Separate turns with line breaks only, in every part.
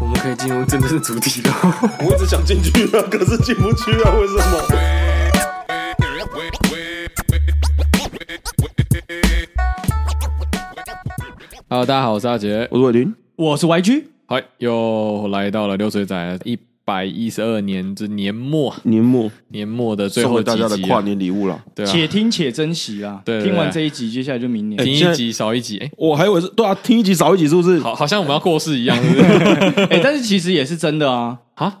我们可以进入真正的主题了。
我一直想进去啊，可是进不去啊，为什么？
Hello，大家好，我是阿杰，
我是伟林，
我是 YG，
嗨，又来到了流水仔一百一十二年之年末，
年末
年末的最
嗯送
后
给
几
大家的
集、
跨
啊，
年礼物啦。
对
且
啊，
听且珍惜啦。
对对对
听完这一集，接下来就明年。
听一集少一集，哎、
我还以为是对啊，听一集少一集是不是？
好，好像我们要过世一样，是不是？
哎，但是其实也是真的啊。
啊，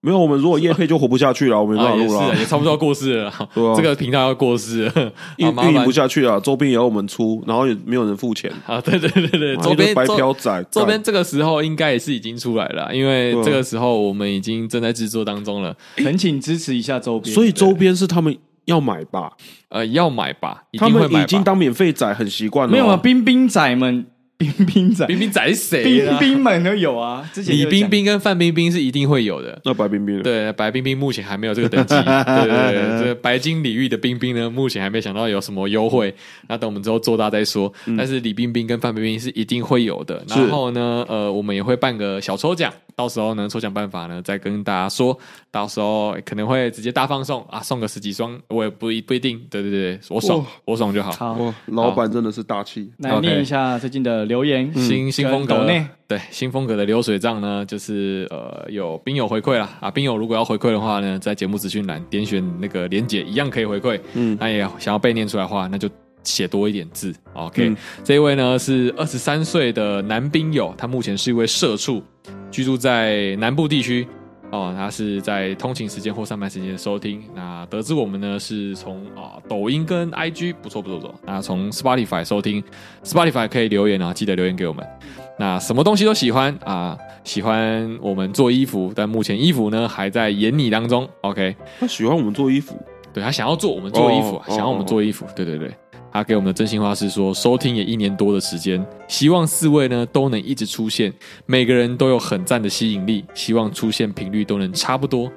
没有，我们如果夜配就活不下去了，我们没办
啊
法
也
录
是啊，
了，
也差不多要过世了啦，
对啊
这个频道要过世 了，
运
好麻
运营
烦
不下去了，周边也要我们出，然后也没有人付钱，
啊，对对对对，
妈
周
一堆
边
白
周
嫖啊仔，
周边
干
这个时候应该也是已经出来了啊，因为
对啊
这个时候我们已经正在制作当中了。
恳请支持一下周边。
所以周边是他们要买吧？
呃，要买吧，一
他
定会
们
买
已
吧。
经当免费仔很习惯了，哦
没有啊，？冰冰仔们， 冰冰仔，
冰冰仔是谁
冰
啊？
冰们都有啊。之前
李
有
冰
讲
冰跟范冰冰是一定会有的。
那白冰冰呢，
对，白冰冰目前还没有这 个等级。对对对，这个白金礼遇的冰冰呢，目前还没想到有什么优惠。那等我们之后做大再说。但是李冰冰跟范冰冰是一定会有的。
嗯是
然后呢，呃，我们也会办个小抽奖，到时候呢，抽奖办法呢再跟大家说。到时候可能会直接大放送啊，送个十几双，我也不一不一定。对对对，我爽
哇，
我爽就好。
好，
哇，老板真的是大气，
来
哦 OK 嗯
念一下最近的留言。
新新风格
跟抖内
对新风格的流水账呢，就是呃有兵友回馈啦啊，兵友如果要回馈的话呢，在节目资讯栏点选那个连结，一样可以回馈。
嗯
那也想要被念出来的话，那就写多一点字。OK，、
嗯
这一位呢是二十三岁的男兵友，他目前是一位社畜，居住在南部地区。哦，他是在通勤时间或上班时间收听。那得知我们呢是从啊、抖音跟 IG 不错不错不错，那从 Spotify 收听，Spotify 可以留言啊，记得留言给我们。那什么东西都喜欢啊，喜欢我们做衣服，但目前衣服呢还在研拟当中。OK，
他喜欢我们做衣服，
对他想要做我们做衣服，
哦
想要我们做衣服，对对对。他给我们的真心话是说，收听也一年多的时间，希望四位呢都能一直出现，每个人都有很赞的吸引力，希望出现频率都能差不多。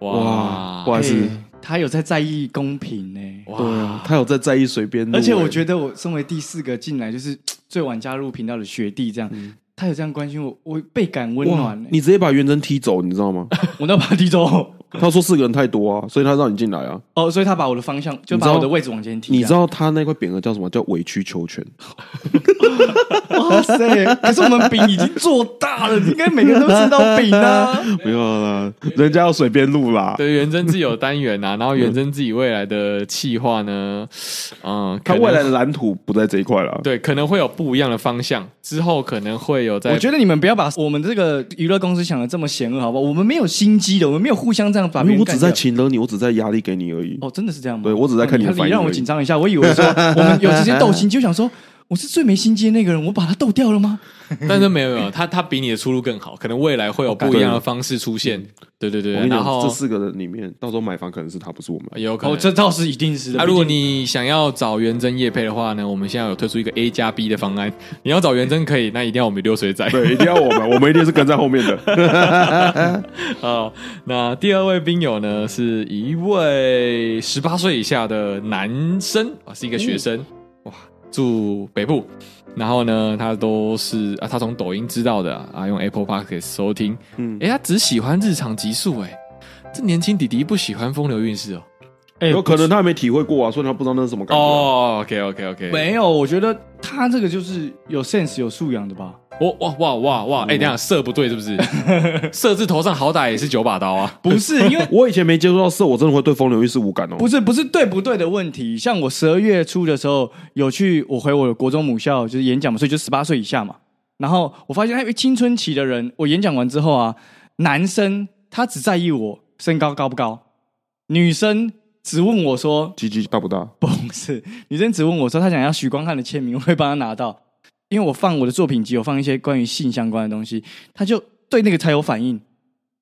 哇
哇哇还是
哎他有在在意公平呢。
哇
对啊，他有在在意水边，
而且我觉
得
得我身为第四个进来，就是最晚加入频道的学弟，这样、
嗯
他有这样关心我，我倍感温
哇
暖、，欸。
你直接把元真踢走，你知道吗？
我那把他踢走，
他说四个人太多啊，所以他让你进来啊。
哦，所以他把我的方向就
你
把
知道
我的位置往前提。啊
你知？道他那块匾额叫什么？叫委曲求全。
哇塞！可是我们饼已经做大了，你应该每个人都吃到饼 啊。
不要啦，人家要水边路啦。
对，元真自己有单元呐、啊，然后元真自己未来的企划呢，嗯，
他
可能
未来的蓝图不在这一块啦。
对可能会有不一样的方向，之后可能会有在
我觉得你们不要把我们这个娱乐公司想的这么险恶，好不好？我们没有心机的，我们没有互相这样把
因
别
为
人
我
干
只
掉
在请了你，我只在压力给你而已。
哦，真的是这样吗？
对我只在看你的
哦
反应
你让
而
我
已
紧张一下，我以为说我们有这些斗 心，就想说我是最没心机的那个人，我把他斗掉了吗？
嗯
但是没有没有，他他比你的出路更好，可能未来会
哦
有不一样的方式出现。对对对，
嗯我跟你讲，
然
这
后
四个人里面，到时候买房可能是他，不是我们。
有可
哦，
能。
这倒是一定是的。
啊，如果
毕竟
你想要找元真叶配的话呢，我们现在有推出一个 A 加 B 的方案。你要找元真可以，那一定要我们流水仔。
对，一定要我们，我们一定是跟在后面的。
哦，那第二位兵友呢，是一位十八岁以下的男生啊，是一个学
嗯
生，哇，住北部。然后呢，他都是啊，他从抖音知道的啊，用 Apple p o d c a s t 收听。嗯
嗯，
哎，他只喜欢日常集数，哎，这年轻弟弟不喜欢风流韵事哦。
哎
有可能他还没体会过啊，所以他不知道那是什么感觉。
哦，OK OK OK，
没有，我觉得他这个就是有 sense 有素养的 吧。
哇哇哇哇哇！
嗯
哎、等一下射不对是不是？ 射字头上好歹也是九把刀啊！
不是因为
我以前没接触到色，我真的会对风流韵事无感哦。
不是不是对不对的问题，像我十二月初的时候有去我回我的国中母校就是演讲嘛，所以就十八岁以下嘛。然后我发现，哎，青春期的人，我演讲完之后啊，男生他只在意我身高高不高，女生只问我说
鸡鸡大不大？
不是，女生只问我说她想要许光汉的签名，我会帮她拿到，因为我放我的作品集，有放一些关于性相关的东西，她就对那个才有反应。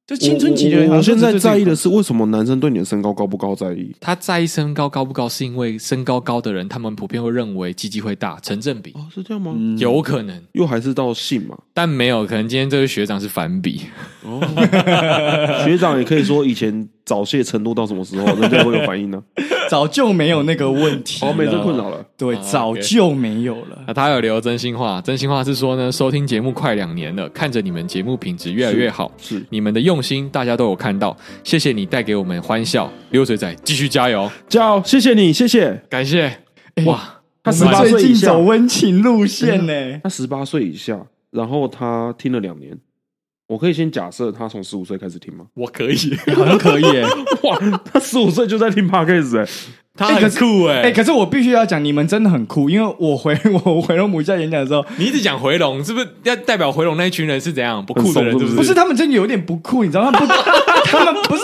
就青春期的人
我我
好
我
像
现
就是
在
对这个，
在意的是为什么男生对你的身高高不高在意。
他在意身高高不高，是因为身高高的人，他们普遍会认为鸡鸡会大，成正比、
哦，是这样吗？
有可能，
又还是到性嘛？
但没有可能。今天这位学长是反比，
学长也可以说以前早泄程度到什么时候，人家会有反应呢、
早就没有那个问题了。
好，哦没这困扰了。
对，
啊
早
OK
就没有了。
那他有留真心话，真心话是说呢，收听节目快两年了，看着你们节目品质越来越好，
是是
你们的用心大家都有看到，谢谢你带给我们欢笑，流水仔继续加油，哎
加油！谢谢你，谢谢。
感谢哇，
他
我
十
们？
八
最
岁以
近
下，嗯
走温情路线呢、
他十八岁以下，然后他听了两年。我可以先假设他从十五岁开始听吗
我可以，
哎好像可以 耶、
哇， 他十五岁就在听 podcast 哎、
他很酷哎、
哎、可是我必须要讲，你们真的很酷，因为我回 我回龙母校演讲的时
嗯
候，
你一直讲回龙，是不是要代表回龙那一群人是怎样不酷的人？
很怂
是不是？
不是他们真的有点不酷，你知道吗？不， 他们不是。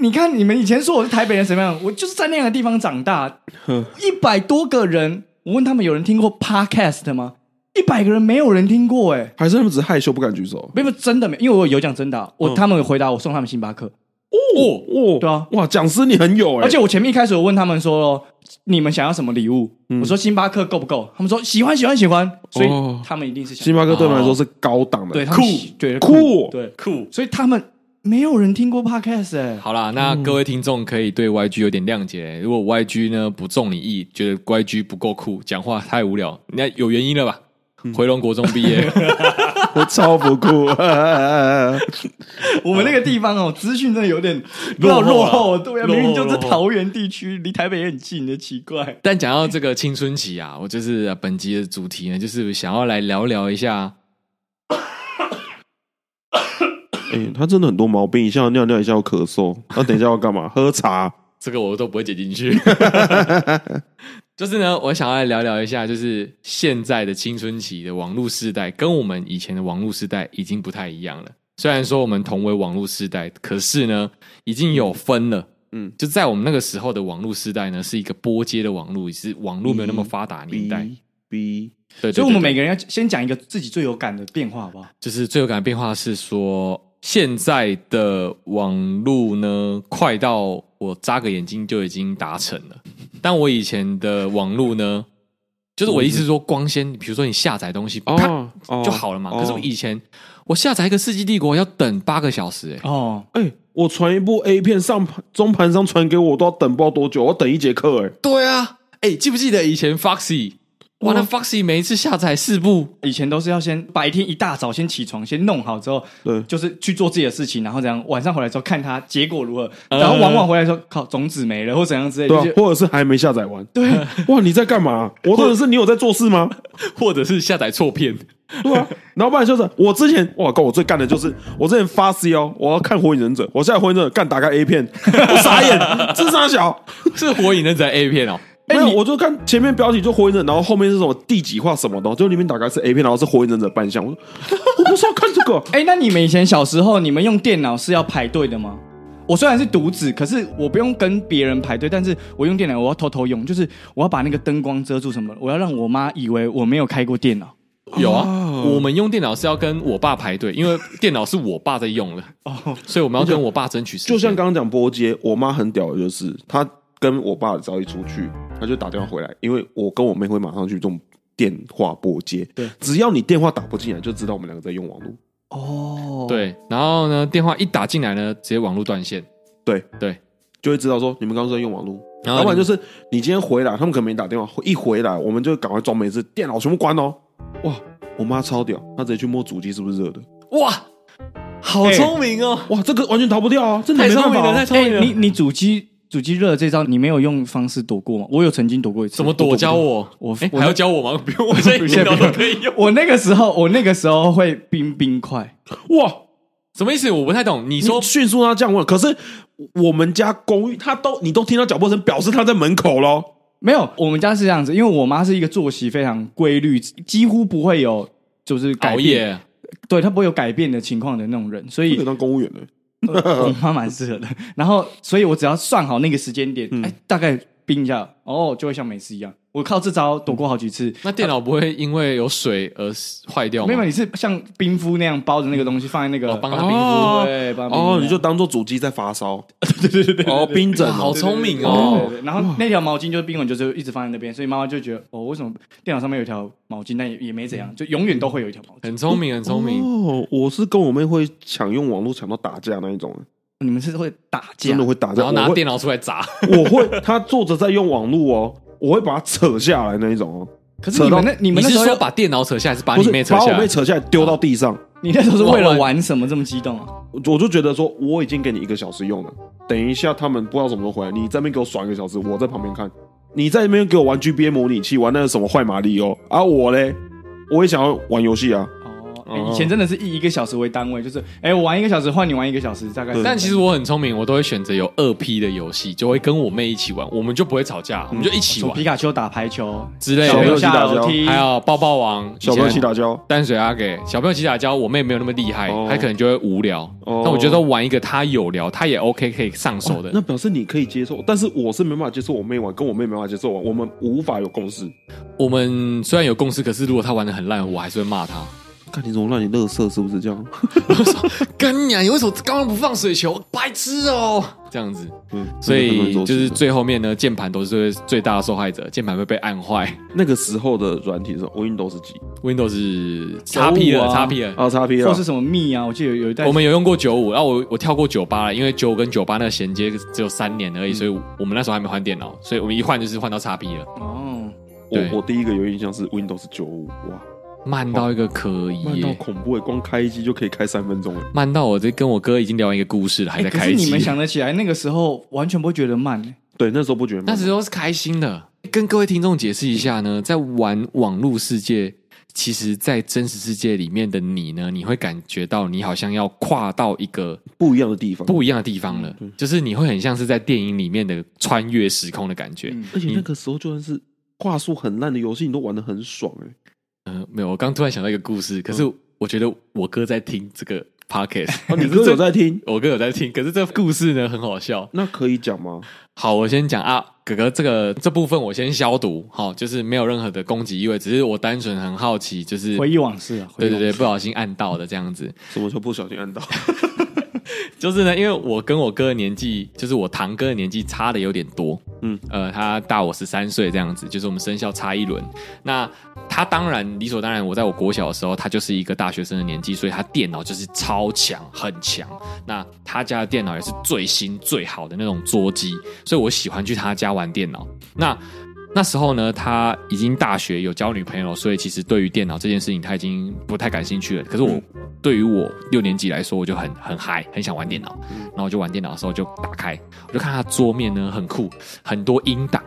你看，你们以前说我是台北人什么样，我就是在那样的地方长大，
嗯
一百多个人，我问他们有人听过 podcast 吗？一百个人没有人听过、哎，
还是他们只是害羞不敢举手？
没有真的没，因为我有讲真的啊、
嗯
我、他们有回答我送他们星巴克，
哦哦，
对啊
哇，讲师你很有哎、
而且我前面一开始我问他们说你们想要什么礼物，
嗯
我说星巴克够不够，他们说喜欢喜欢喜欢，所以
哦
他们一定是想
星巴克对我们来说是高档的，
对他
酷
们喜对
酷
对，
酷。
所以他们没有人听过 podcast 哎、
好啦，那各位听众可以对 YG 有点谅解。如果 YG 呢不中你意，觉得 YG 不够酷，讲话太无聊，那有原因了吧？
嗯
回龙国中毕 业，
我超不 酷。
我们那个地方哦，资讯真的有点
嗯落后了
落后，对啊，
落后
明明就是
落后
桃园地区，离台北也很近，的奇怪。
但讲到这个青春期啊，我就是呃本集的主题呢，就是想要来聊聊一下。
哎、他真的很多毛病，一下要尿尿，一下要咳嗽，那、等一下要干 嘛？喝茶。
这个我都不会剪 进去。就是呢，我想要来聊聊一下，就是现在的青春期的网络世代，跟我们以前的网络世代已经不太一样了。虽然说我们同为网络世代，可是呢，已经有分了。嗯
嗯，
就在我们那个时候的网络世代呢，是一个波接的网络，也是网络没有那么发达的年代。
B
对对对
所以我们
对
每个人要先讲一个自己最有感的变化，好不好？
就是最有感的变化是说，现在的网路呢，快到我眨个眼睛就已经达成了。但我以前的网路呢，就是我的意思是说，光纤，比如说你下载东西，啪
哦哦
就好了嘛。
哦
可是我以前我下载一个《世纪帝国》要等八个小时、欸，
哦，
哎、我传一部 A 片上盘中盘商传给我，我都要等不知道多久，我要等一节课哎。
对啊，哎、记不记得以前 Foxy？哇，那 Foxy 每一次下载四部，
以前都是要先白天一大早先起床，先弄好之后，
对
就是去做自己的事情，然后怎样，晚上回来之后看它结果如何，然后往往回来说，靠，种子没了或怎样之类
嗯对
的，
啊
就，
或者是还没下载完。对， 哇，你在干 嘛？我或者是你有在做事吗？
或者是下载错片，
对啊，然后不然就是我之前，哇靠，我最干的就是我之前发 C 哦，我要看火影忍者，我现在火影忍者干打开 A 片，我傻眼，智商小。
是火影忍者 A 片哦。
没有，我就看前面标题就火影忍，然后后面是什么第几话什么的，就里面打开是 A 片，然后是火影忍者扮相。我说 我不是要看这个，
哎、那你们以前小时候，你们用电脑是要排队的吗？我虽然是独子，可是我不用跟别人排队，但是我用电脑，我要偷偷用，就是我要把那个灯光遮住什么的，我要让我妈以为我没有开过电脑。
有啊，我们用电脑是要跟我爸排队，因为电脑是我爸在用了，哦，所以我们要跟我爸争取时间。
就像刚刚讲波接，我妈很屌的就是她跟我爸只要一出去，她就打电话回来，因为我跟我妹会马上去用电话波接。
对，
只要你电话打不进来，就知道我们两个在用网络。
哦，，
对，然后呢，电话一打进来呢，直接网络断线。
对
对，
就会知道说你们刚刚是在用网络。然
然
后
后
不然
你
就是你今天回来，他们可能没打电话，一回来我们就赶快装没事，电脑全部关哦。哇，我妈超屌，她直接去摸主机是不是热的？
哇，好聪明哦，
哇，这个完全逃不掉啊，真的
太
没
聪
办法
明了，
啊、
太聪
哎、
明
你
了。
你主机主机热的这招，你没有用方式躲过吗？我有曾经躲过一次，
怎么躲教我？
我
哎
我
还要教我吗？不用，我现在电脑都可以 用。
我那个时候，我那个时候会冰冰块，
哇，
什么意思？我不太懂。你
你
说
说迅速让她降温，可是我们家公寓，她都你都听到脚步声，表示她在门口咯。
没有，我们家是这样子，因为我妈是一个作息非常规律，几乎不会有就是改
熬
变
夜
对他不会有改变的情况的那种人，所
你可以
以
当公务员的、
我妈蛮适合的。 然后，所以我只要算好那个时间点，哎、大概冰一下，哦，就会像每次一样。我靠这招躲过好几次。
那电脑不会因为有水而坏掉
没有，
吗？
你是像冰敷那样包着那个东西放在那个，
哦帮他冰敷哦
对，帮他冰敷
啊哦，你就当做主机在发烧，
对对对对对
哦，冰枕
哇好
哦，
聪明
对对
哦！
对对然后那条毛巾就是冰吻，就是一直放在那边，所以妈妈就觉得，哦，为什么电脑上面有一条毛巾，但也也没怎
嗯
样，就永远都会有一条毛巾。
哦
很聪明，很聪明。
哦，我是跟我妹会抢用网络抢到打架那一种，
你们是会打架
真的？会打
然
架，
后
我
拿
会
电脑出来砸，
我会他坐着在用网络哦，我会把它扯下来那一种哦，
可是你们那你
你
们那
是
时候
说
要，
把电脑扯下，还是把
不
你
是
妹扯
把
下
我
来
妹？扯下来丢到地上，
你那时候是为了玩什么这么激动啊？
我就觉得说我已经给你一个小时用了，等一下他们不知道什么时候回来，你在那边给我耍一个小时，我在旁边看，你在那边给我玩 GBA 模拟器，玩那个什么坏马里奥啊，我嘞，我也想要玩游戏啊，
哦，哎以前真的是以一个小时为单位，就是哎、我玩一个小时换你玩一个小时，大概是。
但其实我很聪明，我都会选择有二 P 的游戏，就会跟我妹一起玩，我们就不会吵架，我们就一起
什么
玩
皮卡丘打排球，
之类
小朋友
的。
下
下楼梯，
还有抱抱王，
小朋友
以前
起打跤，
淡水阿给小朋友起打跤，我妹没有那么厉害
哦，
她可能就会无聊。
哦
那我觉得玩一个她有聊，她也 OK 可以上手的
那。表示你可以接受，但是我是没办法接受我妹玩，跟我妹没办法接受玩，我们无法有共识。
我们虽然有共识，可是如果她玩的很烂，我还是会骂她。
看你怎么让你乐色是不是这样？
干你啊！你为什么刚刚不放水球？白痴哦！这样子，
嗯，
所以就
最。
是最后面呢，键盘都是最大的受害者，键盘会被按坏。
那个时候的软体是 Windows 几
Windows 是叉 P
95
了，
啊
叉 P 了。
啊，叉 P
或
啊
是，什么蜜啊？我记得有一代
我们有用过九五，然后我我跳过九八了，因为九五跟九八那个衔接只有三年
嗯
而已，所以我们那时候还没换电脑，所以我们一换就是换到叉 P 了，
哦，
对
我我第一个有印象是 Windows 九五，哇，
慢到一个可以
慢
耶
到恐怖欸光开机就可以开三分钟了。
慢到我这跟我哥已经聊完一个故事了，还
哎
在
可
开
是你
机
们。想得起来，那个时候完全不会觉得慢、欸
对，那时候不觉得慢
那时候是开心的。跟各位听众解释一下呢，在玩网络世界，其实，在真实世界里面的你呢，你会感觉到你好像要跨到一个
不一样的地方，
不一样的地方了，
嗯
就是你会很像是在电影里面的穿越时空的感觉。
嗯
而且那个时候就算是话术很烂的游戏，你都玩的很爽哎、
嗯、没有，我刚突然想到一个故事，可
嗯
是我觉得我哥在听这个 podcast，、
啊，你哥有在听？
我哥有在听，可是这个故事呢很好笑。
那可以讲吗？
好，我先讲啊，哥哥这个这部分我先消毒，好，就是没有任何的攻击意味，只是我单纯很好奇，就是
回忆往事啊，回
对
忆
对
往事
对，不小心按到的这样子。
什么时候不小心按到？
就是呢，因为我跟我哥的年纪，就是我堂哥的年纪差的有点多，
嗯
嗯，呃，他大我十三岁这样子，就是我们生肖差一轮。那他当然理所当然，我在我国小的时候，他就是一个大学生的年纪，所以他电脑就是超强，很强。那他家的电脑也是最新最好的那种桌机，所以我喜欢去他家玩电脑。那那时候呢，他已经大学有交女朋友，所以其实对于电脑这件事情，他已经不太感兴趣了。可是我、对于我六年级来说，我就很很嗨，很想玩电脑。然后我就玩电脑的时候就打开，我就看他桌面呢很酷，很多音档，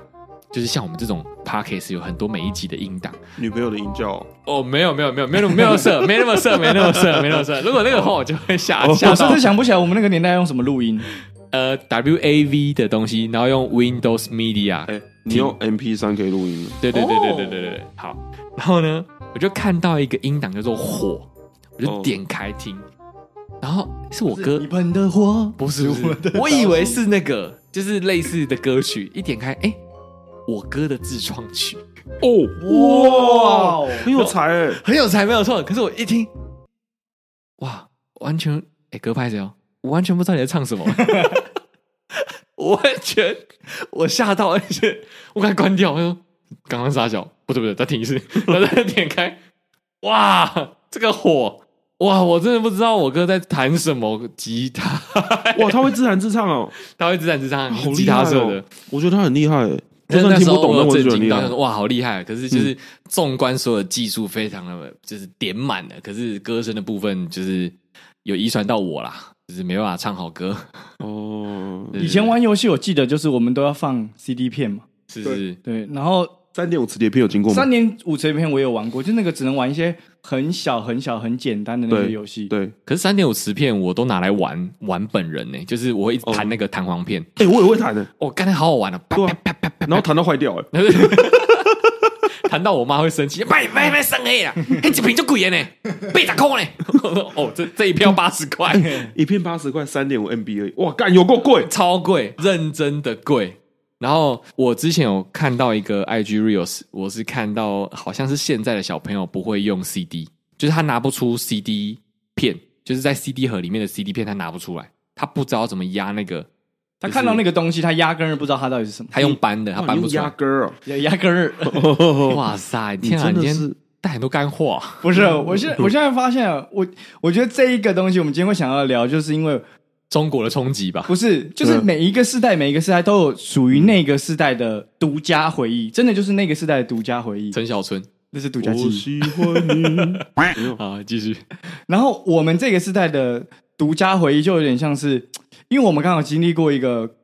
就是像我们这种 podcast 有很多每一集的音档。
女朋友的音叫哦，
哦，没有没有没有没有没有色，没那么色，没那么色，没那么色。如果那个话，我就会吓吓
我甚
到
至。想不起来我们那个年代用什么录音，
呃，WAV 的东西，然后用 Windows Media，
哎、你用 MP 三可以录音了，
对对对对
哦
对对对对，好。然后呢，我就看到一个音档叫做《火》，我就点开听，然后是我哥
你，喷的火，
不是
我的
我以为是那个，就是类似的歌曲。一点开，哎，我哥的自创曲，
哦，
哇
很有才哎、
很有才，没有错。可是我一听，哇，完全，哎，哥拍谁哦？我完全不知道你在唱什么。 我完全，我吓到，而且我赶快关掉。我说刚刚傻笑，不对不对，再听一次，然后再点开，哇，这个火，哇，我真的不知道我哥在弹什么吉他，
哇，他会自弹自唱哦，
他会自弹自唱，
好
吉
厉害
他社
哦
的。！
我觉得他很厉害、欸，就
但是
算
那
听
时
不
候
懂，
我
但我觉
有
得
震
很
惊
厉
到，
害
想。说哇，好厉害！可是就是纵观所有技术，非常的就是点满了，可是歌声的部分就是有遗传到我啦，就是没办法唱好歌。
哦，
对
以前玩游戏我记得就是我们都要放 CD 片嘛，
是是
对，然后
三点五磁碟片有经过吗
三？点五折片我也有玩过，就那个只能玩一些很小很小很简单的那些游戏。
对，
可是三点五磁片我都拿来玩玩本人呢、就是我会一直弹那个弹簧片，
哎、我也会弹的、
哦，刚才好好玩哦，啪
对啊
啪啪啪啪，
然后弹到坏掉、哎，
弹到我妈会生气，卖卖卖上黑了，嘿一瓶就贵呢，被打空呢。我说哦，这这一票八十块，
一片八十块，三点五 MB 而已，哇，干有够贵，
超贵，认真的贵。然后我之前有看到一个 IG reels，我是看到好像是现在的小朋友不会用 CD，就是他拿不出 CD 片，就是在 CD 盒里面的 CD 片他拿不出来，他不知道怎么压那个，
他看到那个东西，他压根儿不知道它到底是什么，
他用扳的，他
哇
扳
你
不
用
出
压
来。
根儿、啊，
压根儿
哇塞，
你
天啊，
真的
你今
是
天带很多干货，啊
不是。我现在我现在发现啊，我我觉得这一个东西，我们今天会想要聊，就是因为
中国的冲击吧。
不是，就是
嗯
每一个世代，每一个世代都有属于那个世代的独家回忆，真的就是那个世代的独家回忆，
陈小春
那是独家记
我
忆。
喜欢你。
啊，继续
然后我们这个世代的独家回忆，就有点像是，因为我们刚好经历过一个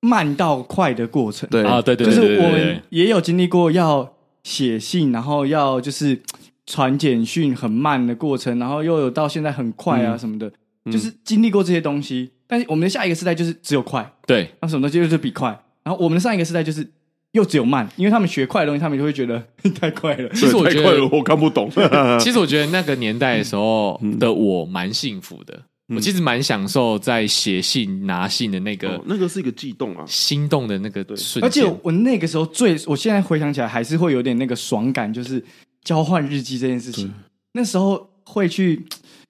慢到快的过程，
对
啊，对对
就
对
是
对对
我
对
们也有经历过要写信，然后要就是传简讯很慢的过程，然后又有到现在很快
嗯
啊什么的，就是经历过这些东西。但是我们的下一个时代就是只有快，
对，
那什么东西就是比快。然后我们的上一个时代就是又只有慢，因为他们学快的东西，他们就会觉得 太快了。
其实我
对
觉
太快
得
了，我看不懂。
其实我觉得那个年代的时候
嗯
的我蛮幸福的，我其实蛮享受在写信拿信的那个
哦那个是一个悸动啊，
心动的那个瞬
而
间，
且我那个时候最，我现在回想起来还是会有点那个爽感，就是交换日记这件事情。那时候会去，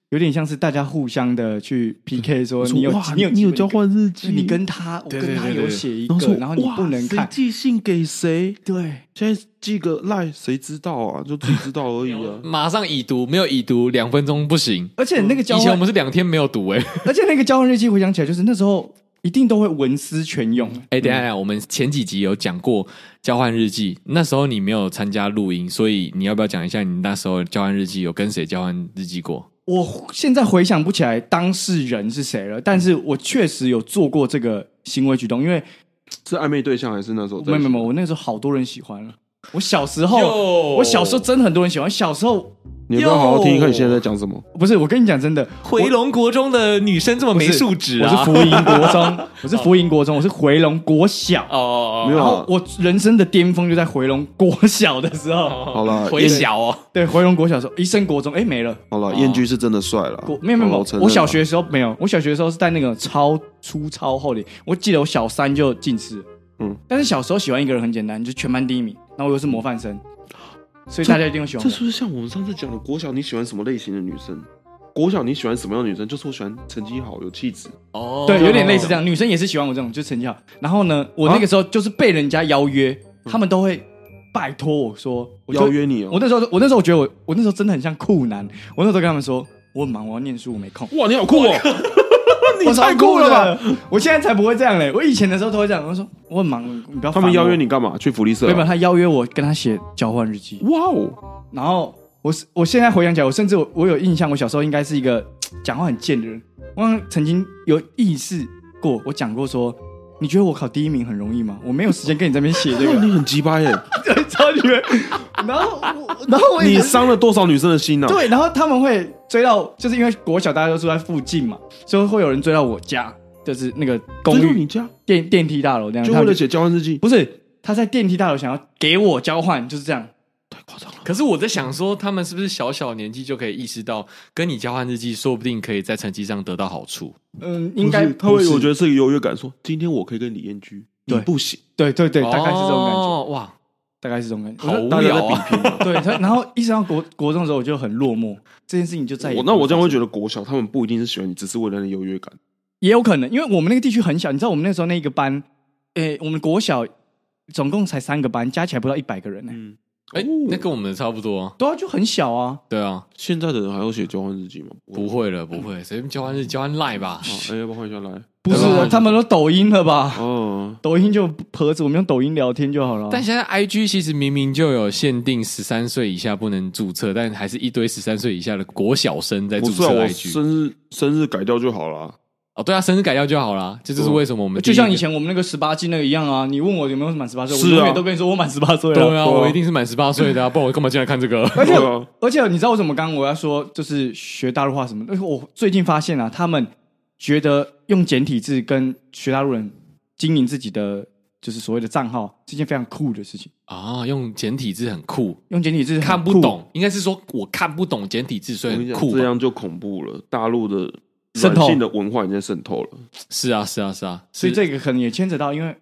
有点像是大家互相的去 PK，说
说
你有
哇
你有
你有
几本
交换日记，
你跟他，我
对
跟
对
他
对
有
对。
写一
然后
个
说，
然后你
哇
不能看
谁，寄信给谁？
对，
现在寄个赖，谁知道啊？就自己知道而已啊
马上已读，没有已读两分钟不行。
而且那个交
以前我
换，
们是两天没有读 哎、
而且那个交换日记回想起来，就是那时候一定都会文思泉涌，
哎、等一下，等一下，我们前几集有讲过交换日记，那时候你没有参加录音，所以你要不要讲一下你那时候交换日记有跟谁交换日记过？
我现在回想不起来当事人是谁了，但是我确实有做过这个行为举动，因为
是暧昧对象还是那时候在
没
一
有没有
起？
没有，我那个时候好多人喜欢了。我小时候，
哟
我小时候真的很多人喜欢。小时候
你要不要好好听听
哟
看你现在在讲什么？
不是我跟你讲真的，
回龙国中的女生这么没素质
我
啊！
是福音国中，我是福音国中，我是回龙国小。
哦，
没有
然后
啊，
我人生的巅峰就在回龙国小的时候，
好了
回小哦，
对，回龙国小的时候，一升国中，哎，没了。
好了，燕居是真的帅了
国。没有没有没
好
有
我承，认啊
我小
了
学的时候没有，我小学的时候是戴那个超粗超厚的，我记得我小三就近视，嗯
嗯，
但是小时候喜欢一个人很简单，就是全班第一名，然后我又是模范生，所以大家一定会喜欢
这
我。
是不是像我们上次讲的国小你喜欢什么类型的女生？国小你喜欢什么样的女生？就是我喜欢成绩好、有气质。
哦，
对，有点类似这样，女生也是喜欢我这种，就成绩好。然后呢，我那个时候就是被人家邀约，他们都会拜托我说，我就
嗯邀约你哦
我那时候，我那时候我觉得我，我那时候真的很像酷男，我那时候跟他们说，我很忙，我要念书，我没空。
哇，你好酷哦！
我
你
超
太酷了吧！
的！我现在才不会这样嘞，我以前的时候都会这样。我说我很忙，你不要。
他们邀约，你干嘛？去福利社
对吧？
啊？
他邀约我跟他写交换日记，
哇哦，
然后我是我现在回想起来，我甚至我我有印象，我小时候应该是一个讲话很贱的人。我好像曾经有意识过，我讲过说，你觉得我考第一名很容易吗？我没有时间跟你这边写这
哇，
个，
你很鸡巴耶！
对超级远。 然后我然后我也
你伤了多少女生的心呢？啊
对，然后他们会追到，就是因为国小大家都住在附近嘛，所以会有人追到我家，就是那个公
追到
寓
你家，
电电梯大楼那样。
就
他
为
们
了写交换日记，
不是他在电梯大楼想要给我交换，就是这样。
可是我在想说，他们是不是小小年纪就可以意识到，跟你交换日记，说不定可以在成绩上得到好处？
嗯，应该
不是他会，我觉
得
得是个优越感，说今天我可以跟李彦居，你
对
不行，
对对对，大概是这种感觉，
哦，哇，
大概是这种感觉。
好
我就
无
大家在
聊啊！
比拼嘛。
对，他然后一直到国国中的时候，我就很落寞，这件事情就再也
我那我这样会
得
觉得国小他们不一定是喜欢你，只是为了那优越感。
也有可能，因为我们那个地区很小，你知道我们那时候那个班，诶，我们国小总共才三个班，加起来不到一百个人呢、
嗯，
哎，那跟我们的差不多啊。
对啊，就很小啊。
对啊，
现在的人还要写交换日记吗？不
不会了，不会，随便交换日记交换赖吧。
啊，哎，要不要换一下来？
不是
对啊，
他们都抖音了吧？
哦，
抖音就婆子，我们用抖音聊天就好了。
但现在 I G 其实明明就有限定十三岁以下不能注册，但还是一堆十三岁以下的国小生在
不
注
是啊，
册
我
I G。
生日生日改掉就好了。
哦，对啊，生日改掉就好啦。这就是为什么我们
就像
第一
以
个
前我们那个十八禁那个一样啊，你问我有没有满十八岁，
是啊
我永远都跟你说我满十八岁了。
对啊，我一定是满十八岁的啊，不然我干嘛进来看这 个？
而且
对啊
而且你知道为什么刚刚我要说就是学大陆话什么？因为我最近发现啊，他们觉得用简体字跟学大陆人经营自己的就是所谓的账号是一件非常酷的事情。
啊，用简体字很酷，
用简体字很
看不
酷，
懂，应该是说我看不懂简体字，所
我
以
跟你
很
讲，
酷
这
吧。
样就恐怖了。大陆的
渗
软
透
性的文化已经渗透了。
是啊，是啊，是啊。
所以
是
这个可能也牵扯到，因为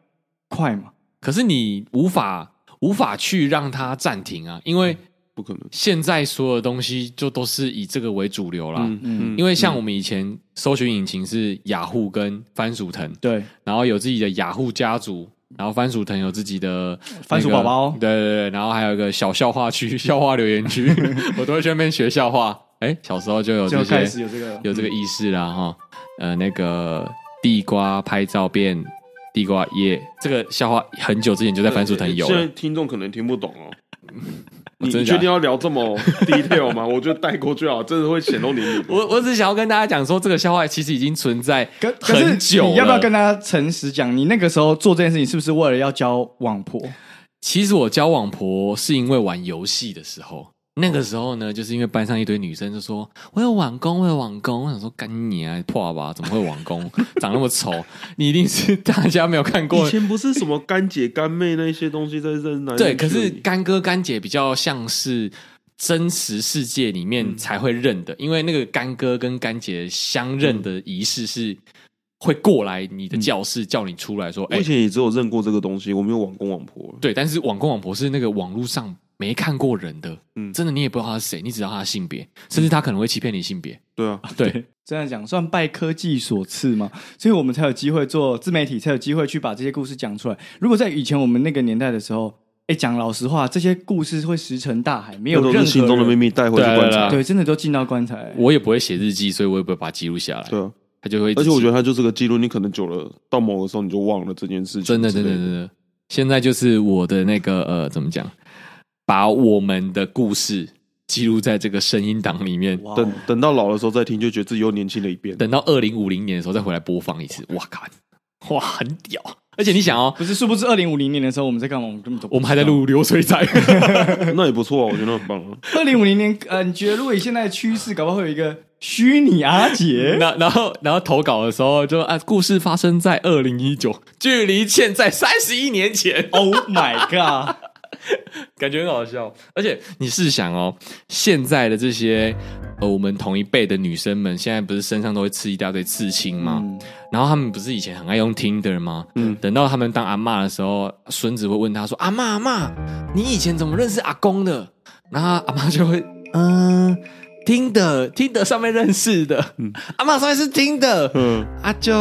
快嘛，
可是你无法无法去让它暂停啊，因为
不可能。
现在所有东西就都是以这个为主流啦。
嗯嗯，
因为像我们以前搜寻引擎是雅虎跟番薯藤，
对，
然后有自己的雅虎家族，然后番薯藤有自己的
番薯
那个
宝宝
对对对，然后还有一个小笑话区、笑话留言区，我都会去那边学笑话。哎、哎，小时候就有
就
这
开始
些
有这个
有这个意识啦哈。呃，那个地瓜拍照变地瓜叶，这个笑话很久之前就在番薯藤有
现在
了。
听众可能听不懂哦。你
真
你
的假的
确定要聊这么 detail 吗？ 我觉得带过去好，真的会显露年龄。
我我只想要跟大家讲说，这个笑话其实已经存在
可可
很
是
久了。
你要不要跟大家诚实讲，你那个时候做这件事情是不是为了要交网婆？
其实我交往婆是因为玩游戏的时候，那个时候呢，就是因为班上一堆女生就说我有网工，我有网工，我想说干你啊破吧，怎么会有网工？ 长那么丑，你一定是大家没有看过
以。前不是什么干姐干妹那些东西在认男
对，可是干哥干姐比较像是真实世界里
嗯
面才会认的，因为那个干哥跟干姐相认的仪式是会过来你的教室叫你出来说，
嗯我
哎、
以前也只有认过这个东西，我没有网公网婆。
对，但是网公网婆是那个网络上没看过人的，
嗯
真的你也不知道他是谁，你只知道他的性别，甚至他可能会欺骗你性别。
对啊，
对，
这样讲算拜科技所赐嘛，所以我们才有机会做自媒体，才有机会去把这些故事讲出来。如果在以前我们那个年代的时候，哎，讲老实话，这些故事会石沉大海，没有
那
任
都
何
是心中的秘
人，
密带回去
对啊
观
对啊
察。
对，真的都进到棺材。
我也不会写日记，所以我也不会把它记录下来，
对啊，
他就会。
而且我觉得它就是个记录，你可能久了到某个时候你就忘了这件事情。
真的，真的，真的，真的现在就是我的那个呃，怎么讲，把我们的故事记录在这个声音档里面。
哇哦
等等到老的时候再听，就觉得自己又年轻了一遍。
等到二零五零年的时候再回来播放一次，哇靠，哇很屌！而且你想哦，
不是，殊不知二零五零年的时候我们在干嘛？我们根本都不
我们还在
知道。
录流水仔，
那也不错啊，我觉得很棒啊。
二零五零年，呃，你觉得如果以现在的趋势，搞不好会有一个虚拟阿 杰？
那然后然后投稿的时候就啊，故事发生在二零一九，距离现在三十一年前，
Oh my god！
感觉很好笑。而且你试想哦，现在的这些呃，我们同一辈的女生们，现在不是身上都会刺一大堆刺青吗？
嗯
然后她们不是以前很爱用 Tinder 吗？嗯，等到她们当阿嬷的时候，孙子会问她说：“阿嬷阿嬷，你以前怎么认识阿公的？”然后阿妈就会嗯。听的，听的上面认识的，阿嬷上面是听的，
嗯，
啊就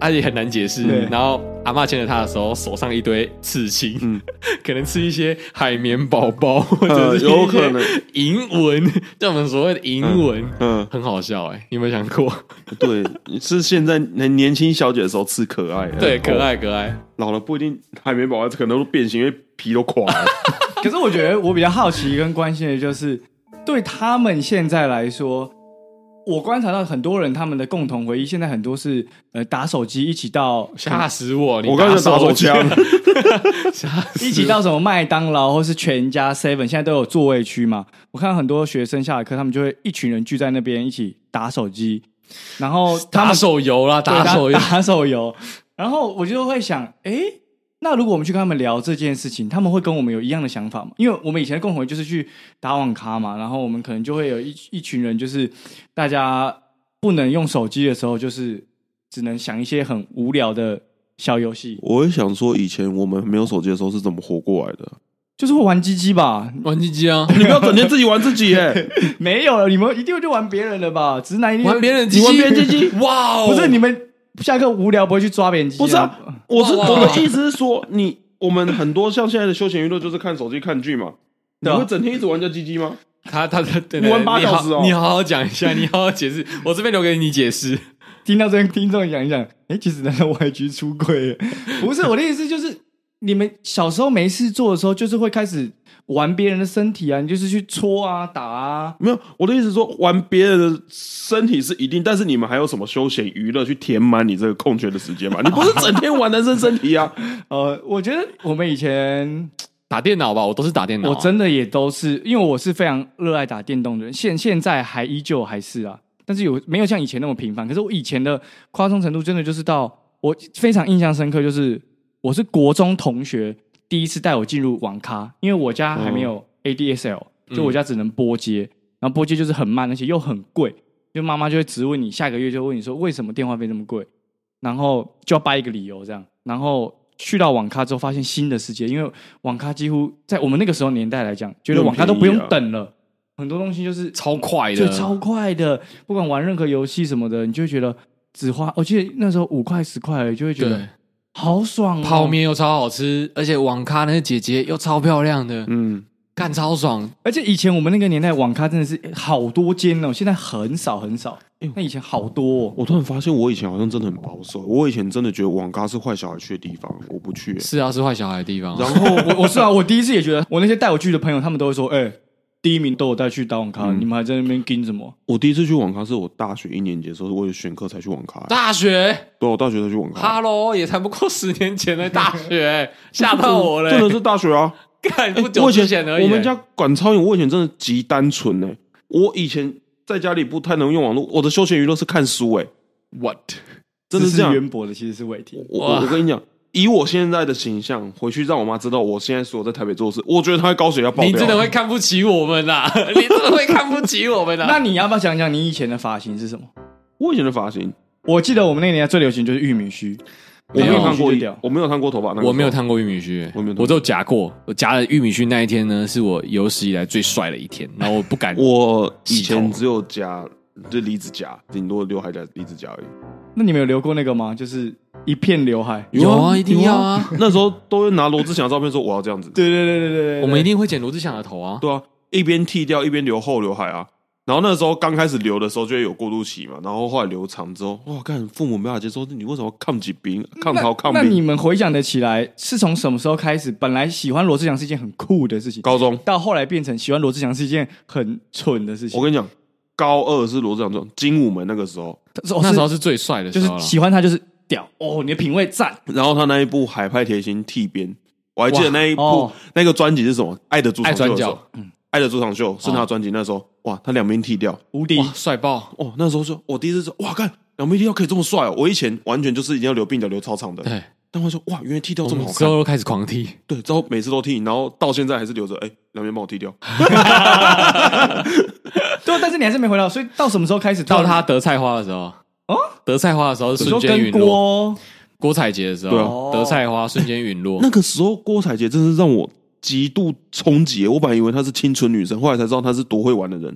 啊也很难解释
对。
然后阿妈牵着他的时候，手上一堆刺青，
嗯
可能吃一些海绵宝宝，或者是、
呃有可能
银文，叫我们所谓的银文，
嗯，
很好笑哎、你有没有想过？
对，是现在年年轻小姐的时候吃可爱，
对，
哦
可。爱可爱，
老了不一定海绵宝宝可能都变形，因为皮都垮了。
可是我觉得我比较好奇跟关心的就是，对他们现在来说，我观察到很多人他们的共同回忆，现在很多是呃打手机一起到
吓死我！ 你
我刚才打手
枪
枪，
吓死我
一起到什么麦当劳或是全家 Seven，现在都有座位区嘛。我看到很多学生下了课，他们就会一群人聚在那边一起打手机，然后他
打
们
手游啦，
对
打手游，
打手游，然后我就会想，诶，那如果我们去跟他们聊这件事情，他们会跟我们有一样的想法吗？因为我们以前的共同就是去打网咖嘛，然后我们可能就会有一一群人，就是大家不能用手机的时候，就是只能想一些很无聊的小游戏，
我也想说，以前我们没有手机的时候是怎么活过来的？
就是会玩鸡鸡吧？
玩鸡鸡啊，
你不要整天自己玩自己 耶！
没有了，你们一定就玩别人的吧？直男一定
玩别人的鸡鸡，
你玩别人鸡
鸡， 哇哦！
不是你们下课无聊不会去抓别人鸡鸡、
不是啊，我是
哇哇
我
哇
的意思是说，你我们很多像现在的休闲娱乐就是看手机看剧嘛。你
对啊
会整天一直玩人家鸡鸡吗？
他他他，对
你玩八
你好
小时哦
你好好讲一下，你好好解释， 我这边留给你解释。
听到这边听众想一想，哎、其实难道我 G 出轨了？不是我的意思，就是你们小时候没事做的时候，就是会开始玩别人的身体啊，你就是去搓啊、打啊。
没有，我的意思是说，玩别人的身体是一定，但是你们还有什么休闲娱乐去填满你这个空缺的时 间吗？你不是整天玩男生身体啊？
呃，我觉得我们以前
打电脑吧，我都是打电脑啊、
我真的也都是，因为我是非常热爱打电动的人，现现在还依旧还是啊，但是有没有像以前那么频繁？可是我以前的夸张程度，真的就是到我非常印象深刻，就是我是国中同学第一次带我进入网咖，因为我家还没
嗯
有 ADSL，、就我家只能拨接，然后拨接就是很慢，而且又很贵，就妈妈就会直问你，下个月就问你说为什么电话费这么贵，然后就要掰一个理由这样，然后。去到网咖之后，发现新的世界，因为网咖几乎在我们那个时候年代来讲，觉得网咖都不用
又很便
等了，很多东西就是
超 快
就
的，
超快的，不管玩任何游戏什么的，你就会觉得只花，我记得那时候五块十块而已，就会觉
对
得。好爽、哦，
泡面又超好吃，而且网咖那个姐姐又超漂亮的，
嗯，
干超爽，
而且以前我们那个年代网咖真的是好多间哦，现在很少很少。那以前好多、哦，
我突然发现，我以前好像真的很保守。我以前真的觉得网咖是坏小孩去的地方，我不去、欸
是啊，是坏小孩的地方啊。
然后
我我是啊，我第一次也觉得， 我那些带我去的朋友，他们都会说，哎、第一名都有带去打网咖，你们还在那边盯什么？
我第一次去网咖是我大学一年级的时候，为了选课才去网咖、欸。
大学
对，我大学才去网咖，
，Hello，也才不过十年前的大 学，吓到我
真的
嘞！
是大学啊！
干不
我
久
以
之前而已。
我们家管超严，我以前真的极单纯哎、我以前在家里不太能用网络，我的休闲娱乐是看书哎、
what？
真的是
知识
这样。
渊博的其实是伟霆。
我我我跟你讲，以我现在的形象，回去让我妈知道我现在所有在台北做的事，我觉得她会高血压爆
你真的
掉。
会看不起我们呐、你真的会看不起我们呐、啊
那你要不要讲讲你以前的发型是什么？
我以前的发型，
我记得我们那个年代最流行就是玉米须，
我没有烫过
玉米须就掉，
我没有烫过头发，那个
我没有
时候。
烫过玉米须、
我没有烫过
我只有夹过。我夹了玉米须那一天呢，是我有史以来最帅的一天，然后我不敢
我以
洗
前
头
只有夹就离子夹，顶多刘海夹离子夹而已。
那你们有留过那个吗？就是一片刘海。
有啊，一定要啊，
那时候都会拿罗志祥的照片说我要这样子，
对对对对对对，
我们一定会剪罗志祥的头啊。
对啊，一边剃掉一边留后刘海啊。然后那时候刚开始留的时候就会有过渡期嘛，然后后来留长之后，哇，看父母没法接受，你为什么要抗击兵、抗
那
逃、抗
那你
兵？
们回想得起来，是从什么时候开始？本来喜欢罗志祥是一件很酷的事情，
高中，
到后来变成喜欢罗志祥是一件很蠢的事情。
我跟你讲，高二是罗志祥这种精武门那个时候，
哦
那
是
时候是最帅的
就
时候
是
了。
喜欢他就是屌哦，你的品味赞。
然后他那一部《海派甜心》替编，我还记得那一部、
哇哦
那个专辑是什么，《爱的主场秀》
爱转
的时
角嗯
候，爱的主场秀》是他的专辑。那时候，哇，他两边剃掉，
无敌
哇，帅爆！
哦，那时候说，我第一次说，哇，看两边剃掉可以这么帅哦！我以前完全就是一定要留鬓角、留超长的，
对，
但我说，哇，原来剃掉
我
这么
们
好
之
看，
后都开始狂踢，
对，之后每次都剃，然后到现在还是留着，哎，两边帮我剃掉，
对，啊但是你还是没回到，所以到什么时候开始
到他德菜花的时候，德菜花的时候是
你说
瞬间
跟
陨落，
郭
郭采洁的时
对哦
候，
啊
德菜花瞬间陨落
那。个时候郭采洁真是让我极度冲击，我本来以为她是清纯女神，后来才知道她是多会玩的人。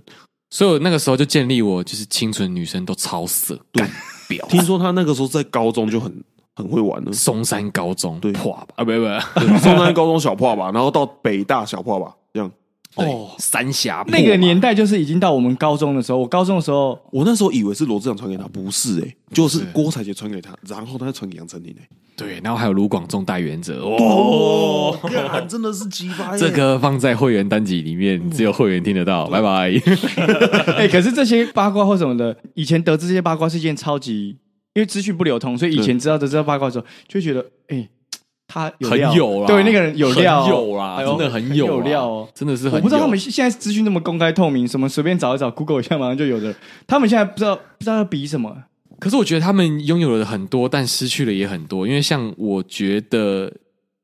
所以我那个时候就建立我就是清纯女生都超色，干婊，
听说她那个时候在高中就很很会玩了
松山高中
对
破吧啊，不不，
中山高中小破吧，然后到北大小破吧，这样。
哦，三峡
那个年
代，
代就是已经到我们高中的时候，我 高中的时候
我那时候以为是罗志祥传给他，不是哎、就是
是
郭采洁传给他，然后他再传给杨丞琳哎。
对，然后还有卢广仲大原则哦。
干真的是鸡巴耶
这个放在会员单集里面，
嗯
只有会员听得到。拜拜。
哎、可是这些八卦或什么的，以前得知这些八卦是一件超级，因为资讯不流通，所以以前知道得知到八卦的时候，就会觉得，哎、他有
很
料
有啦，
对那个人有料哦、
很有啦，
哎呦
真的很有啦
有料哦。
真的是很有。
我不知道他们现在资讯那么公开透明，什么随便找一找，Google 一下马上就有的。他们现在不知道不知道要比什么，啊
可是我觉得他们拥有了很多，但失去了也很多。因为像我觉得，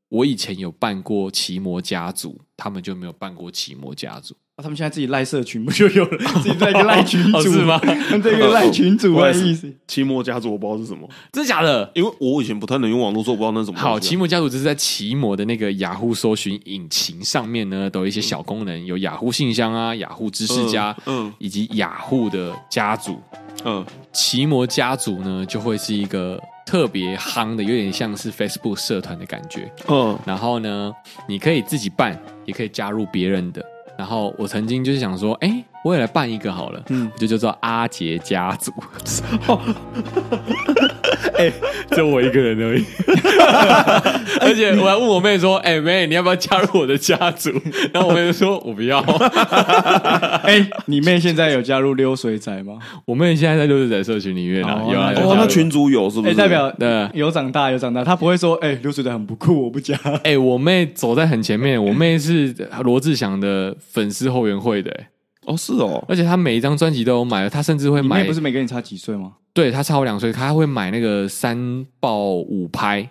我以前有办过奇摩家族，他们就没有办过奇摩家族。
啊他们现在自己赖社群不就有了？自己在一个赖群
哦
组
是吗？
在一个赖群组
我
的
也是
意 思。
奇摩家族我不知道是什么，
真的假的？
因为我以前不太能用网络，说我不知道那是什么东西啊。
好，奇摩家族就是在奇摩的那个雅虎搜寻引擎上面呢，都有一些小功能，有雅虎信箱啊、雅虎知识家，
嗯
以及雅虎的家族。
嗯，
奇摩家族呢，就会是一个特别夯的，有点像是 Facebook 社团的感觉。
嗯
然后呢，你可以自己办，也可以加入别人的。然后我曾经就是想说，哎、我也来办一个好了，嗯，我就叫做阿杰家族。哎、 就我一个人而已。而且我还问我妹说，哎、妹，你要不要加入我的家族？ 然后我妹就说，我不要。
哎、你妹现在有加入溜水仔吗？
我妹现在在六十仔社群里面啊，
哦
有啊，
那
有
哦，
啊
那群主有是不
哎、
是？
代表
对
有长大有长大，她不会说哎、溜水仔很不酷，我不加。
哎、我妹走在很前面，我妹是罗志祥的粉丝后援会的、哎
哦是哦，
而且她每一张专辑都有买，她甚至会
你
买，
妹不是没跟你差几岁吗？
对她差我两岁，她会买那个三爆五拍，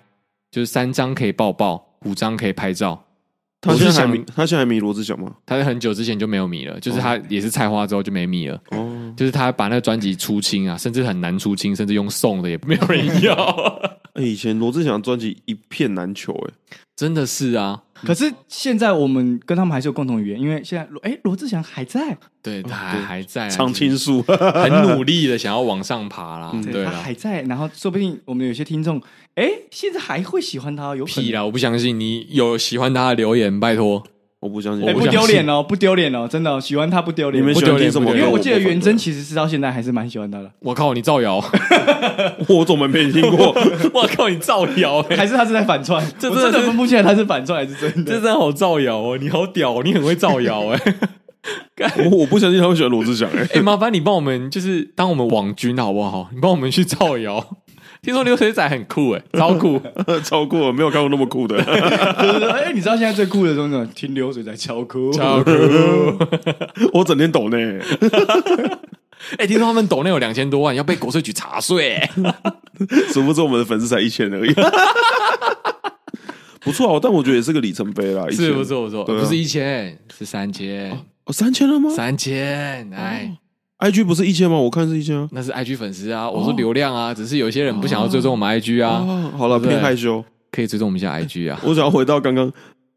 就是三张可以抱抱，五张可以拍照。
他
我
现
是
在还
想
迷，他现在还迷罗志祥吗？
她在很久之前就没有米了，就是她也是菜花之后就没米了，
哦，
就是她把那个专辑出清啊，甚至很难出清，甚至用送的也没有人 要，
哎，以前罗志祥的专辑一片难求哎。
真的是啊，
可是现在我们跟他们还是有共同语言，因为现在罗哎罗志祥还在，
对，她还
对
还在啊
常青树，
很努力的想要往上爬啦，嗯对
啊他
啦。
还在，然后说不定我们有些听众哎现在还会喜欢他，有可
屁
能。
啦！我不相信你有喜欢他的留言，拜托，
我不相信
哎，
我
不
相信
丢脸哦，不丢脸哦，真的哦喜欢他不丢
你
脸。
们喜
因
不
欢
丢脸
听什么
不
歌？
丢脸
为我记得
不
元真其实是到现在还是蛮喜欢 他的，
我靠，你造 谣！
我怎么没听过？
我靠，你造谣、欸！
还是他是在反串？
这
我
真的
真的
是
分不清来他是反串还是真
这
的。
真的好造谣哦！你好屌、哦，你很会造谣哎、
我我不相信他会喜欢罗志祥哎、
哎、麻烦你帮我们，就是当我们网军好不好？你帮我们去造谣。 听说流水仔很酷哎、超酷！
超酷了，没有看过那么酷的。
对对对哎，你知道现在最酷的是什么？听流水在敲哭。
超 酷！
我整天 抖呢、
哎、听说他们抖内有两千多万，要被国税局查税、欸。
殊不知我们的粉丝才一千而 已。不错啊，但我觉得也是个里程碑啦，一
是
千
不错不错，
对啊
不是一千，是三千，
哦，三千了吗
三千，哎，
？IG 不是一千吗？我看是一千啊。
那是 IG 粉丝啊，我说流量啊，只是有些人不想要追踪我们 IG 啊，
哦，好了，
对不对
偏害羞。
可以追踪我们一下 IG 啊。
我想要回到刚刚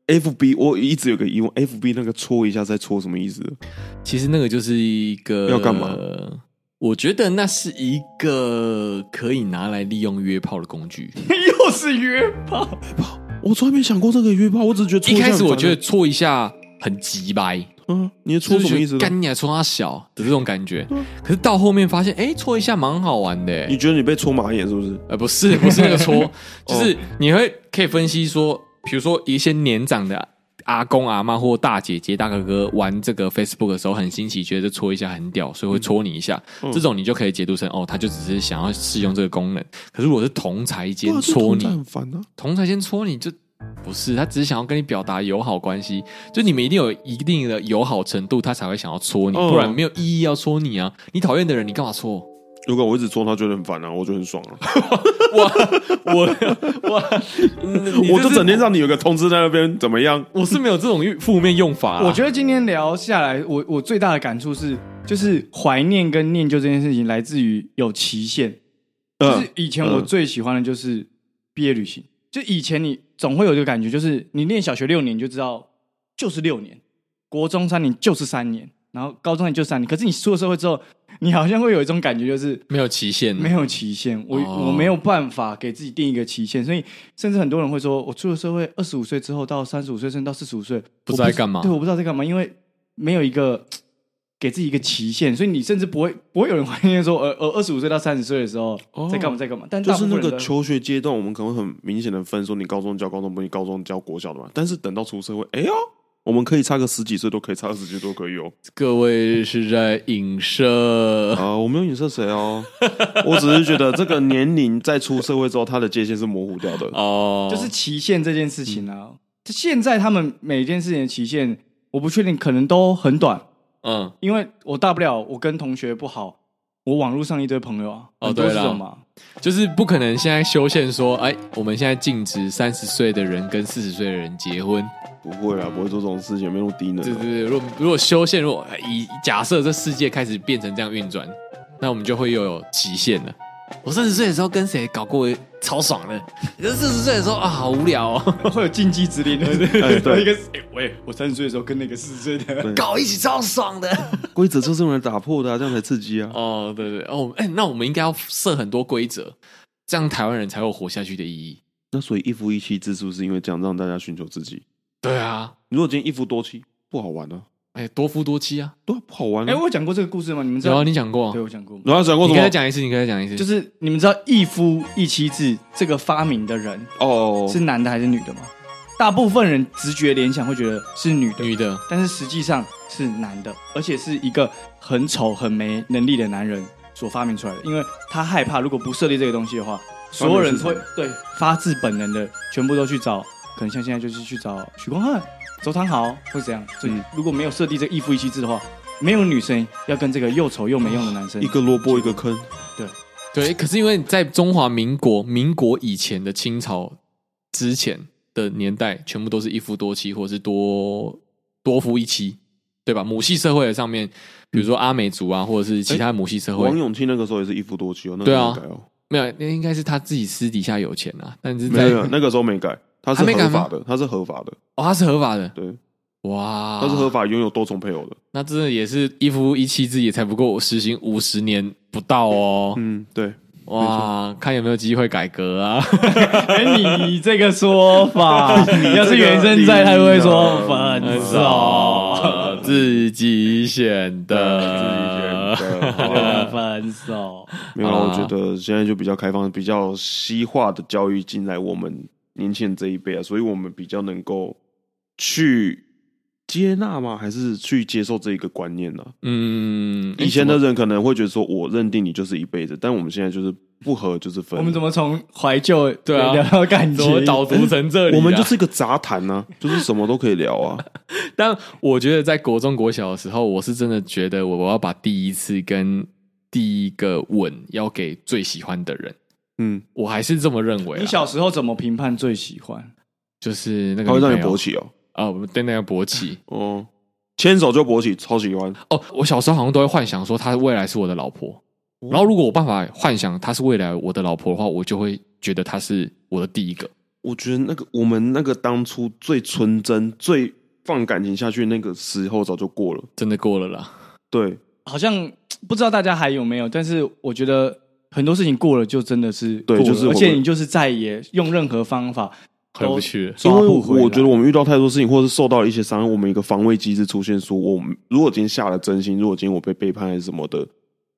FB，我一直有个疑问，FB 那个戳一下在戳什么意思？
其实那个就是一个
要干嘛？
我觉得那是一个可以拿来利用约炮的工具。
又是约炮，
我从来没想过这个约炮，我只是觉得戳下
一开始
很
我
烦
觉得
欸，
搓一下很急掰，
嗯，你的戳
就是
什
觉
么
得
意思呢？
干你还啊搓他小的这种感觉。可是到后面发现，哎，搓一下蛮好玩的、欸
你觉得你被戳马眼是不是？
呃，不是，不是那个搓， 就是你会可以分析说，比如说一些年长的阿公阿妈或大姐姐大哥哥玩这个 Facebook 的时候很新奇，觉得这搓一下很屌，所以会搓你一下。这种你就可以解读成哦，他就只是想要试用这个功能。可是如果是同才
对
间
啊这
搓
同在
你，
很烦啊。
同才间搓你就。不是，他只是想要跟你表达友好关系，就你们一定有一定的友好程度，他才会想要搓你，
嗯
不然没有意义要搓你啊！你讨厌的人，你干嘛搓？
如果我一直戳他，觉得很烦啊，我就很爽啊。
我我、嗯你
我
这
就是整天让你有个通知在那边怎么样？
我是没有这种负面用法、啊
我觉得今天聊下来，我我最大的感触是，就是怀念跟念旧这件事情来自于有期限。就
嗯
是，以前我最喜欢的就是毕业旅行，就以前你总会有一个感觉，就是你念小学六年你就知道就是六年，国中三年就是三年，然后高中也就三年。可是你出了社会之后，你好像会有一种感觉，就是
没有期限，
没有期限，我、
哦
我没有办法给自己定一个期限，所以甚至很多人会说，我出了社会二十五岁之后到三十五岁，甚至到四十五岁，
不知道在干嘛
我对，我不知道在干嘛，因为没有一个给自己一个期限，所以你甚至不会不会有人怀念说，呃呃，二十五岁到三十岁的时候、
哦
在干嘛在干嘛，但
就是那
大部分
个
人都
求学阶段，我们可能会很明显的分说，你高中教高中不，你高中教国小的嘛。但是等到出社会，哎呦，我们可以差个十几岁，都可以差二十几岁都可以哦。
各位是在影射，
啊、我没有影射谁哦，我只是觉得这个年龄在出社会之后，它的界限是模糊掉的。
哦，
就是期限这件事情啊，
嗯
就现在他们每件事情的期限，我不确定，可能都很短，
嗯，
因为我大不了我跟同学不好，我网络上一堆朋友啊，
哦
很多
对
这
啦
种嘛，
就是不可能现在修宪说，哎，我们现在禁止三十岁的人跟四十岁的人结婚，
不会啦，不会做这种事情，没那么低能
对对
啊。
对，如果如果修宪，如果以假设这世界开始变成这样运转，那我们就会又有极限了。我三十岁的时候跟谁搞过超爽的，四十岁的时候啊好无聊哦，
会有禁忌之恋，对
哎 对
一个哎喂，我三十岁的时候跟那个四十岁的，
搞一起超爽的。
规则就是用来打破的、啊，这样才刺激啊。
哦，对对哦，哎，那我们应该要设很多规则，这样台湾人才有活下去的意义。
那所以一夫一妻制是不是因为这样让大家寻求刺激？
对啊，
如果今天一夫多妻，不好玩啊，
哎，多夫多妻啊，
对啊，不好玩
哎，
啊。
我有讲过这个故事吗？你们知
然
道
后？你讲过啊
对，，我讲过，
然后讲过
你
什
可以
么
再？讲一次，你可以再讲一次，
就是是你们知道一夫一妻制这个发明的人
哦，
是男的还是女的吗？大部分人直觉联想会觉得是女的，
女的
但是实际上是男的，而且是一个很丑、很没能力的男人所发明出来的。因为他害怕，如果不设立这个东西的话，所有人会
发明
对发自本能的全部都去找，可能像现在就是去找许光汉、周汤豪或者这样。所以
嗯
如果没有设立这个一夫一妻制的话，没有女生要跟这个又丑又没用的男 生
一。个萝卜一个坑。
对，可是因为在中华民国民国以前的清朝之前的年代，全部都是一夫多妻，或者是多多夫一妻，对吧？母系社会的上面，比如说阿美族啊，或者是其他母系社会
王，永庆那个时候也是一夫多妻哦，那
对
个
啊
没改哦，
没有，那应该是他自己私底下有钱啊，但是
没
在
有没有，那个时候没改，他是
还没改
合
吗
法的，他是合法的，
哦，他是合法的，
对，
哇，
他是合法拥有多重配偶的。
那真的也是一夫一妻制，也才不过实行五十年不到哦。
嗯，对，
哇，看有没有机会改革 啊！
哎，你这个说法， 要是原声在，他就会 说分手，
手 自己选
呃
的，
哦自己选的好 吧
分手。
没有啦，
好
我
啦
觉得现在就比较开放，比较西化的教育进来我们年轻人这一辈啊，所以我们比较能够去接纳吗？还是去接受这一个观念呢、
嗯，
以前
的
的人可能会觉得说，我认定你就是一辈子，但我们现在就是不合就是分。
我们怎么从怀旧
对啊
聊到感
怎么
情？
导读成这里啊？
我们就是一个杂谈呢、就是什么都可以聊啊。
但我觉得在国中国小的时候，我是真的觉得我我要把第一次跟第一个吻要给最喜欢的人，
嗯，
我还是这么认为啊。
你小时候怎么评判最喜欢？
就是那个
他会让你
女朋友
勃起哦，
哦，对，那个勃起
哦，牵手就勃起，超喜欢。
哦。我小时候好像都会幻想说她未来是我的老婆，然后如果我办法幻想她是未来我的老婆的话，我就会觉得她是我的第一个。
我觉得那个我们那个当初最纯真、最放感情下去那个时候早就过了。
真的过了啦，
对，
好像不知道大家还有没有，但是我觉得很多事情过了就真的是
对
过了
就是
而
我
且你就是再也用任何方法
回不去了。
抓
因为
不回来。
我觉得我们遇到太多事情，或是受到了一些伤害，我们有一个防卫机制出现，说我们如果今天下了真心，如果今天我被背叛还是什么的，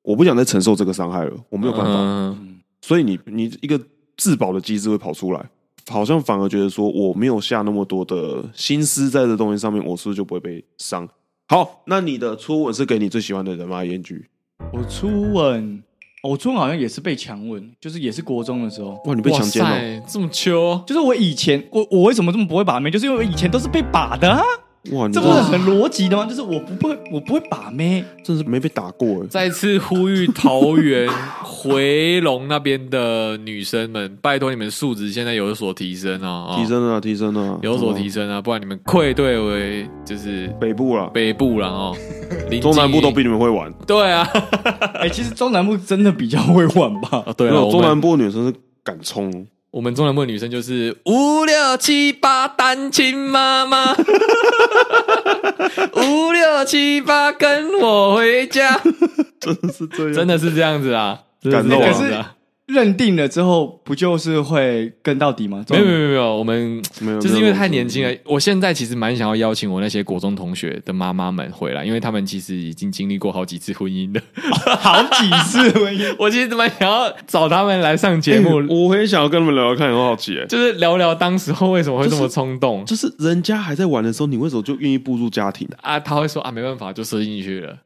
我不想再承受这个伤害了，我没有办法。
嗯，
所以你你一个自保的机制会跑出来，好像反而觉得说我没有下那么多的心思在这东西上面，我是不是就不会被伤？好，那你的初吻是给你最喜欢的人吗？燕居，
我初吻，哦我初吻好像也是被强吻，就是也是国中的时候。
哇，你被
哇
强奸哦了！
塞，这么秋，
就是我以前，我我为什么这么不会把妹？就是因为我以前都是被把的啊，
哇，
哦
你
这
真
不是
的
很逻辑的吗？就是我不会，我不会把妹。
真是没被打过哎、
再次呼吁桃 园回龙那边的女生们，拜托你们素质现在有所提升啊，啊
提升了啊，提升了啊，
有所提
升。
升啊，不然你们愧对为就是
北部啦，
北部了 哦，临
中南部
近
都比你们会玩。
对啊，
哎、其实中南部真的比较会玩吧？
啊对
没
啊，
有
我
中南
们
部的女生是敢冲，
我们中南部的女生就是五六七八单亲 妈妈，五六七八跟我回家，
真的是这样。
真的是这样子啊，真的
感
是
动
这
啊
样子啊，
认定了之后，不就是会跟到底吗？
没有没有没有没有，我们
没有，
就是因
没
为
有
太年轻了。，我现在其实蛮想要邀请我那些国中同学的妈妈们回来，因为他们其实已经经历过好几次婚姻了。
好几次婚姻
我其实蛮想要找他们来上节
哎
目，
我很想要跟他们聊聊看，很好奇哎、
就是聊聊当时候为什么会这么冲动、
就是人家还在玩的时候，你为什么就愿意步入家庭的、
啊？他会说啊，没办法，就射进去了。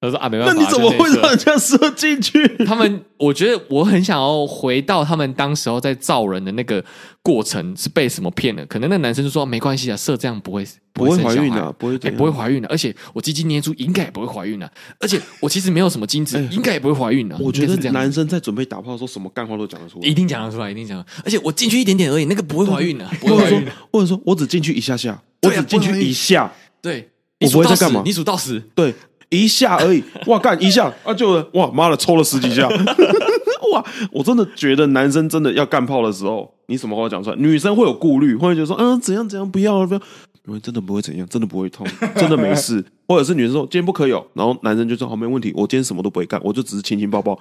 他说啊，没办
那
法，
你怎么
就
会
那一
让
次
人家射进 去？
他们？我觉得我很想要回到他们当时候在造人的那个过程是被什么骗了？可能那男生就说、没关系啊，射这样不会
不会
生
怀
小
孕
孩
的、不会
哎、
怎样、
不会怀孕的、而且我鸡鸡捏住应该也不会怀孕的、而且我其实没有什么精子，应该也不会怀孕的、
我觉
应该
得
是这样子
男生在准备打炮的时候，什么干话都讲得出来
一。定讲得出来，一定讲得出来。而且我进去一点点而已，那个不会怀孕的、啊不会
或者
怀
说
孕的、，
或者说我只进去一下下，我
对啊
只进去一下，
啊对，
我
你
不
数
会
到
在干
十
嘛，
你数到十，
对，一下而已。哇，干一下 啊，就哇妈的，抽了十几下。 哇，我真的觉得男生真的要干炮的时候，你什么话都讲出来，女生会有顾虑，会觉得说，嗯，怎样怎样，不要了，不要。因为真的不会怎样，真的不会痛， 真的没事。或者是女生说今天不可以有，然后男生就说好没问题，我今天什么都不会干，我就只是亲亲抱抱。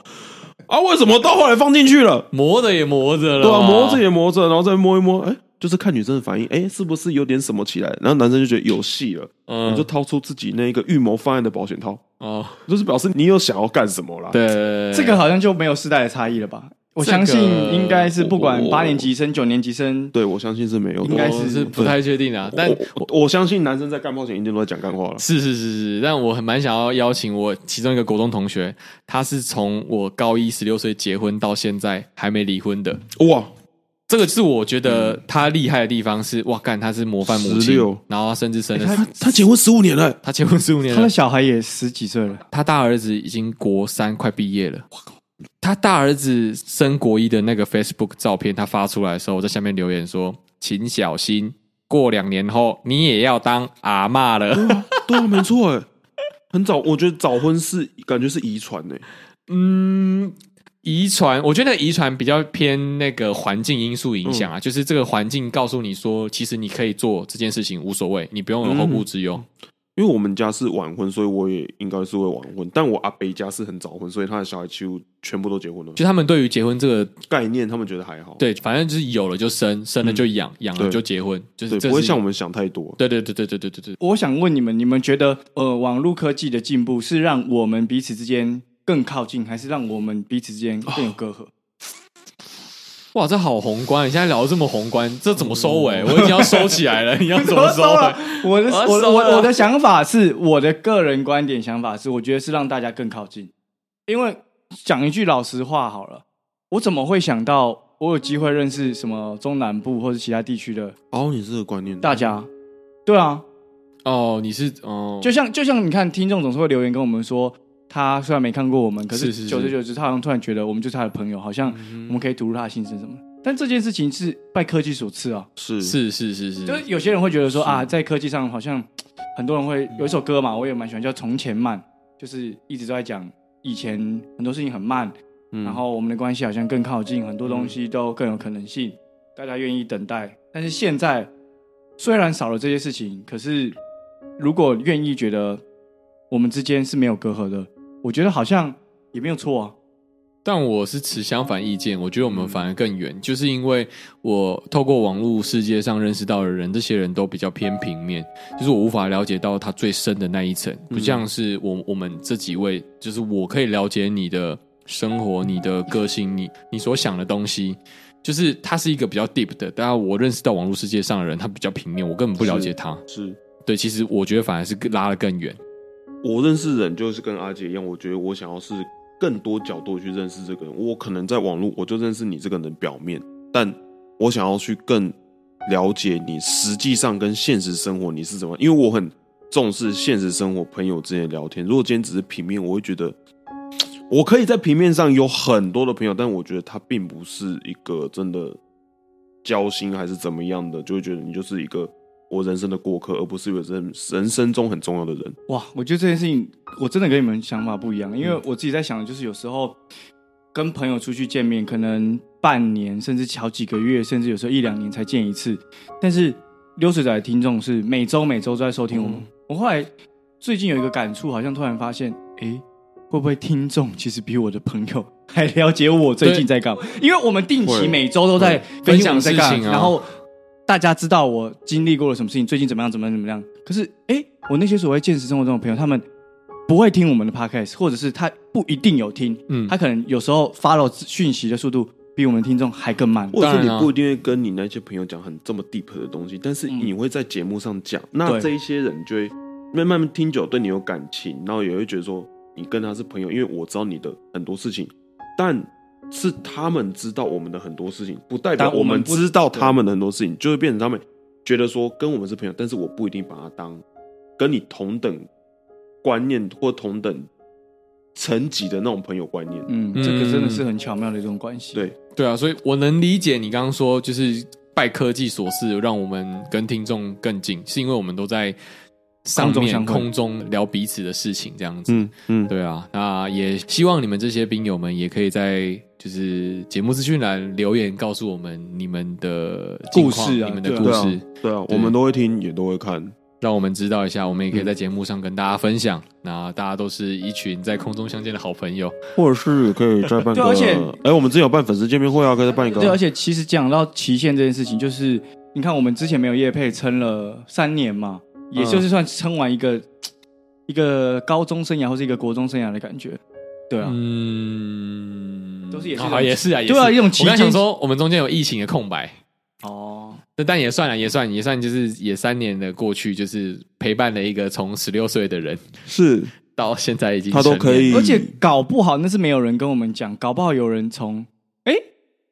啊，为什么到后来放进去了？
磨着也磨着了，
对啊，磨着也磨着，然后再摸一摸，哎，就是看女生的反应，哎，是不是有点什么起来？然后男生就觉得有戏了，
嗯
我就掏出自己那个预谋方案的保险套，
哦，
就是表示你有想要干什么啦。，
对对， 对
这个好像就没有世代的差异了吧？我
这
相
个
信应该是不管
我
八年级生、九年级生，
对我相信是没有的，
应该
我是
是
不太确定啊，但
但我我相信男生在干炮前一定都在讲干话了。
是是是是，但我很蛮想要邀请我其中一个国中同学，他是从我高一十六岁结婚到现在还没离婚的，
哇，
这个是我觉得
嗯
他厉害的地方是，哇，干他是模范母亲
16，
然后他甚至生
他
了
他结婚十五年了，
他结婚十五年
哎他
了
的，小孩也十几岁了，
他大儿子已经国三快毕业了。他大儿子升国一的那个 Facebook 照片，他发出来的时候，我在下面留言说：“请小心，过两年后你也要当阿嬷
嗯
了。
对啊，没错，哎，很早，我觉得早婚是感觉是遗传欸诶，”
嗯，遗传，我觉得遗传比较偏那个环境因素影响啊，就是这个环境告诉你说，其实你可以做这件事情无所谓，你不用有后顾之忧。
因为我们家是晚婚，所以我也应该是会晚婚。但我阿北家是很早婚，所以他的小孩几乎全部都结婚了。
就他们对于结婚这个，
概念他们觉得还好，
对，反正就是有了就生，生了就养，养了
对
就结婚，就是
对，
这
不会
是
像我们想太多。
对对对对对对对对，
我想问你们，你们觉得呃，网络科技的进步是让我们彼此之间更靠近，还是让我们彼此之间更有隔阂？
哇，这好宏观！你现在聊的这么宏观，这怎么收尾？我已经要收起来了，你要怎么收
了
尾？？
我的
我要
我
收了
我我的想法是，我的个人观点想法是，我觉得是让大家更靠近。因为讲一句老实话好了，我怎么会想到我有机会认识什么中南部或者其他地区的
哦，你这个观念，
大家？对啊，
哦，你是哦，
就像就像你看，听众总是会留言跟我们说，他虽然没看过我们，可
是
是
是是嗯
久而久之，他好像突然觉得我们就是他的朋友，好像我们可以吐露他的心声什么的。但这件事情是拜科技所赐啊，
是
是是是是，
就是有些人会觉得说
是
啊，在科技上好像很多人会有一首歌嘛，我也蛮喜欢叫《从前慢》，就是一直都在讲以前很多事情很慢，
嗯
然后我们的关系好像更靠近，很多东西都更有可能性，大家愿意等待。但是现在虽然少了这些事情，可是如果愿意觉得我们之间是没有隔阂的，我觉得好像也没有错啊。
但我是持相反意见，我觉得我们反而更远，就是因为我透过网络世界上认识到的人，这些人都比较偏平面，就是我无法了解到他最深的那一层，不像是我我们这几位，就是我可以了解你的生活、你的个性、你你所想的东西，就是他是一个比较 deep 的，但我认识到网络世界上的人，他比较平面，我根本不了解他。
是，
对，其实我觉得反而是拉得更远。
我认识人就是跟阿杰一样，我觉得我想要是更多角度去认识这个人。我可能在网络我就认识你这个人表面，但我想要去更了解你实际上跟现实生活你是怎么样，因为我很重视现实生活朋友之间的聊天。如果今天只是平面，我会觉得我可以在平面上有很多的朋友，但我觉得他并不是一个真的交心还是怎么样的，就会觉得你就是一个。我人生的过客，而不是我人人生中很重要的人。
哇，我觉得这件事情我真的跟你们想法不一样，因为我自己在想，就是有时候跟朋友出去见面，可能半年甚至好几个月，甚至有时候一两年才见一次，但是溜水仔的听众是每周每周都在收听我们。
嗯
我后来最近有一个感触，好像突然发现，诶，会不会听众其实比我的朋友还了解我最近在干嘛？因为我们定期
会
每周都在
分
分享
享
在干
事
嘛
情啊
然后大家知道我经历过了什么事情，最近怎么样，怎么样，怎么样。可是，哎，我那些所谓现实生活中的朋友，他们不会听我们的 podcast，或者是他不一定有听，
嗯
他可能有时候 follow 讯息的速度比我们听众还更慢。
或者
当
是
然
你
啊
不一定会跟你那些朋友讲很这么 deep 的东西，但是你会在节目上讲，那
对
这一些人就会慢慢听久，对你有感情，然后也会觉得说你跟他是朋友，因为我知道你的很多事情，但是他们知道我们的很多事情，不代表
但
我
我们
们
不
知道他们的很多事情，就会变成他们觉得说跟我们是朋友，但是我不一定把他当跟你同等观念或同等层级的那种朋友观念。
嗯，
嗯
这个真的是很巧妙的一种关系。
对，
对啊，所以我能理解你刚刚说，就是拜科技所赐，让我们跟听众更近，是因为我们都在上
空中
面
相会
空中聊彼此的事情，这样子。
嗯嗯，
对啊，那也希望你们这些兵友们也可以在就是节目资讯栏留言告诉我们你们的近况
故事啊
你们的
对啊
故
对
事
啊，，对啊，
对
我们都会听，也都会看。
让我们知道一下，我们也
嗯
可以在节目上跟大家分享。那大家都是一群在空中相见的好朋友，
或者是可以再办个，
对而且
哎，我们之前有办粉丝见面会啊，可以再办一个
对，而且其实讲到期限这件事情，就是你看我们之前没有业配撑了三年嘛，也就是算撑完一个、一个高中生涯或是一个国中生涯的感觉。对啊，
嗯，
都是也是
好
一种
好也是啊，也是
对啊，一种
我
期
刚才
间
想说，我们中间有疫情的空白，
哦，
那但也算了，也算也算，就是也三年的过去，就是陪伴了一个从十六岁的人
是
到现在已经
他都
成
可
年
以，
而且搞不好那是没有人跟我们讲，搞不好有人从哎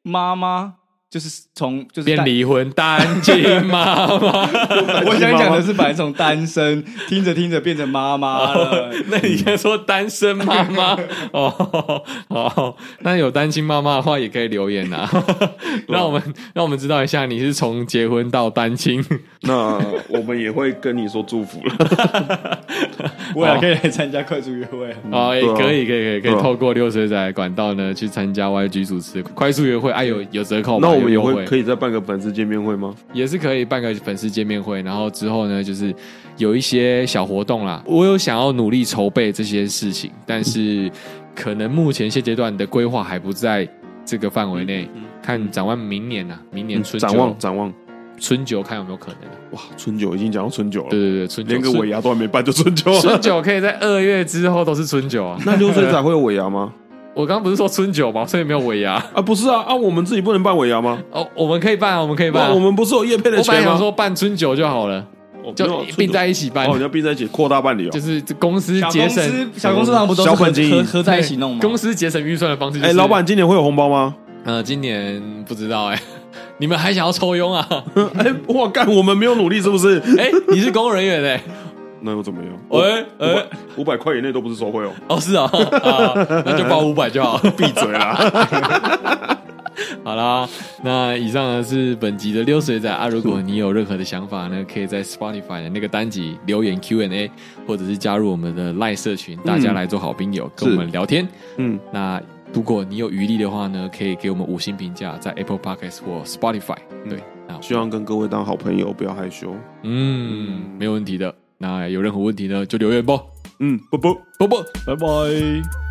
妈妈就是从就是
变
单。
离婚单亲妈 妈。
我想讲的是，本来从单 身听着听着变成妈妈了，
那你先说单身妈妈哦，好，那有单亲妈妈的话也可以留言啊， 让我们让我们知道一下你是从结婚到单亲，
那我们也会跟你说祝福了。
我也可以来参加快速约会啊。
哦，也
对啊
可以可以可以可
对
以
啊
透过六水仔管道呢去参加 YG 主持快速约会，哎有有折扣吧，
那我们也
优
会
惠，
可以再办个粉丝见面会吗？
也是可以办个粉丝见面会，然后之后呢，就是有一些小活动啦。我有想要努力筹备这些事情，但是可能目前现阶段的规划还不在这个范围内。
嗯
看展望明年呐、明年嗯春酒、
展望展望，
春酒看有没有可能、啊。
哇，春酒已经讲到春酒了，
对对对，春酒
连个尾牙都还没办就春酒
春
了
春。酒可以在二月之后都是春酒啊
。那六岁仔会有尾牙吗？
我刚刚不是说春酒吗？所以没有尾牙
啊，不是啊，啊，我们自己不能办尾牙吗？
哦，我们可以办啊，我们可以办啊、
那我们不是有叶配的
我本来
钱
想
吗？
说办春酒就好了，
哦没
就
有春酒
并在一起办，
哦，你要并在一起扩大办理哦
就。是公司
小
节
公
省嗯
司小公司上不都是
小本
合
经营
合合在一起弄吗？
公司节省预算的方式、就是。
哎，老，板，今年会有红包 吗？
呃，今年不知道哎、 你们还想要 抽佣啊？
哎，我干，我们没有努力是不是？
哎、你是公务人员哎、
那又怎么样？
喂、哎、
五百块以内都不是收贿哦，
哦 是啊、啊，那就包五百 就好。
闭嘴啦！
好啦，那以上呢是本集的溜水仔啊。如果你有任何的想法呢，可以在 Spotify 的那个单集留言 Q&A，或者是加入我们的赖社群，大家来做好朋友，跟我们聊天。
嗯，
那如果你有余力的话呢，可以给我们五星评价，在 Apple Podcast 或 Spotify。对，那
希望跟各位当好朋友，不要害羞。
嗯，没有问题的。那有任何问题呢，就留言吧。
嗯，不不。
啵啵。
拜拜。